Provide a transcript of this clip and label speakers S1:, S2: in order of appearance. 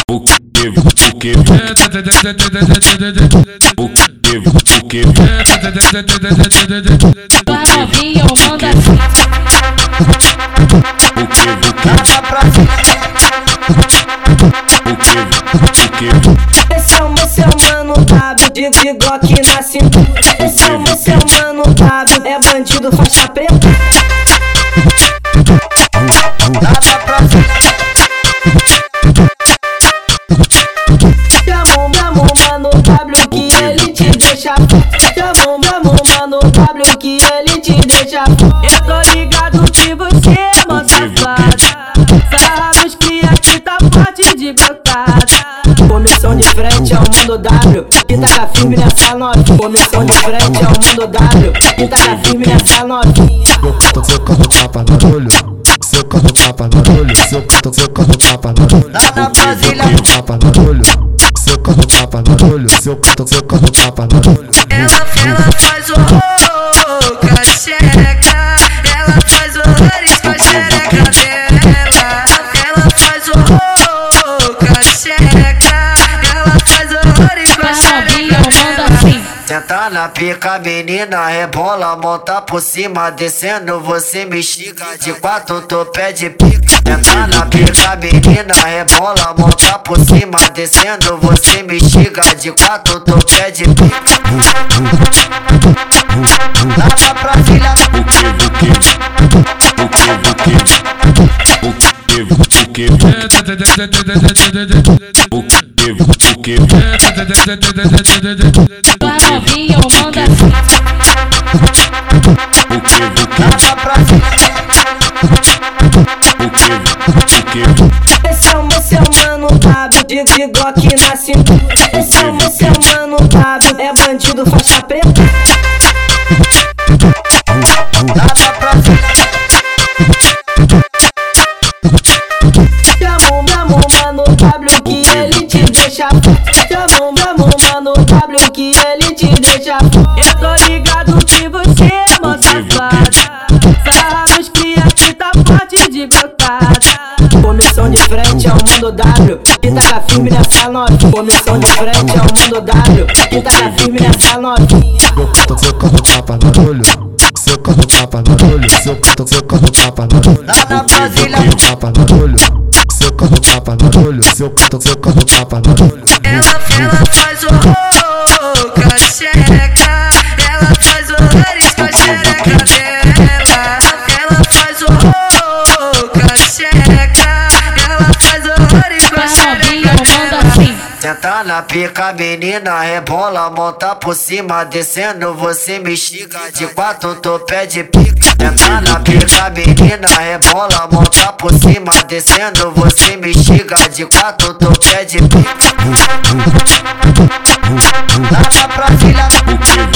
S1: teve, o que teve, o que
S2: Vai novinha, eu mando assim.
S3: Joga pra frente, esse é o muçulmano rabo de, de Glock na cintura. Esse é o muçulmano rabo, é bandido faixa preta. Joga pra frente. Chamou, chamou, mano, W que ele te deixa. Chamou, chamou, mano, W que ele te deixa. Eu tô ligado que você é mó safada. Sarra nos cria que tá forte de botada. Comissão de frente ao mando W, que taca firme nessa novinha. Comissão de frente ao mando W, que taca firme nessa novinha.
S4: Seu canto faz barulho, seu canto faz barulho, seu canto, seu canto faz barulho.
S3: Lá na Brasília,
S4: Seu canto faz barulho, seu canto faz barulho, seu canto, seu canto faz barulho.
S5: Ela, ela faz o horror com a xereca. Ela faz horrores com a xereca dela. Ela faz horror com a xereca. Ela faz horrores com
S2: Vai
S5: a
S2: novinha,
S5: xereca
S2: eu mando
S5: dela.
S2: assim.
S6: Senta na pica, menina, rebola, monta por cima, descendo, você me xinga de quatro, tu pede pica. Senta na pica, menina, rebola, monta por cima, descendo, você me xinga de quatro, tu pede pica.
S3: lá na Brasília,
S2: Vai novinha, eu mando assim.
S3: lá na Brasília.
S4: Esse é o muçulmano rabo de, de Glock na cintura. Esse é o muçulmano rabo, é bandido faixa preta.
S3: Joga pra frente,
S4: Chamou, chamou, mano, W que ele te deixa. Chamou, chamou, mano, W que ele te deixa. Eu tô ligado que você é mó safada. Sarra nos cria que tá forte de botada.
S3: Comissão de frente ao mundo W, que
S4: tá
S3: taca firme nessa novinha. Comissão de frente ao mundo W, que
S4: tá
S3: taca firme nessa novinha.
S4: Seu canto tapa barulho, seu canto tapa barulho, seu canto, seu canto tapa barulho.
S3: Lá na Brasília,
S4: tapa barulho, seu canto tapa barulho, seu canto, seu canto tapa barulho.
S5: Ela, ela faz horror com a xereca. Ela faz horrores com a xereca dela. Ela faz horror com a xereca. Ela faz horrores com a
S2: Vai novinha,
S5: xereca
S2: eu mando
S5: dela.
S2: assim.
S6: Senta na pica, menina, rebola, monta por cima, descendo, você me xinga de quatro, tu pede pica. Senta na pica, menina, rebola, monta por cima, descendo, você me xinga de quatro, tu pede pica.
S3: lá na Brasília.
S1: o que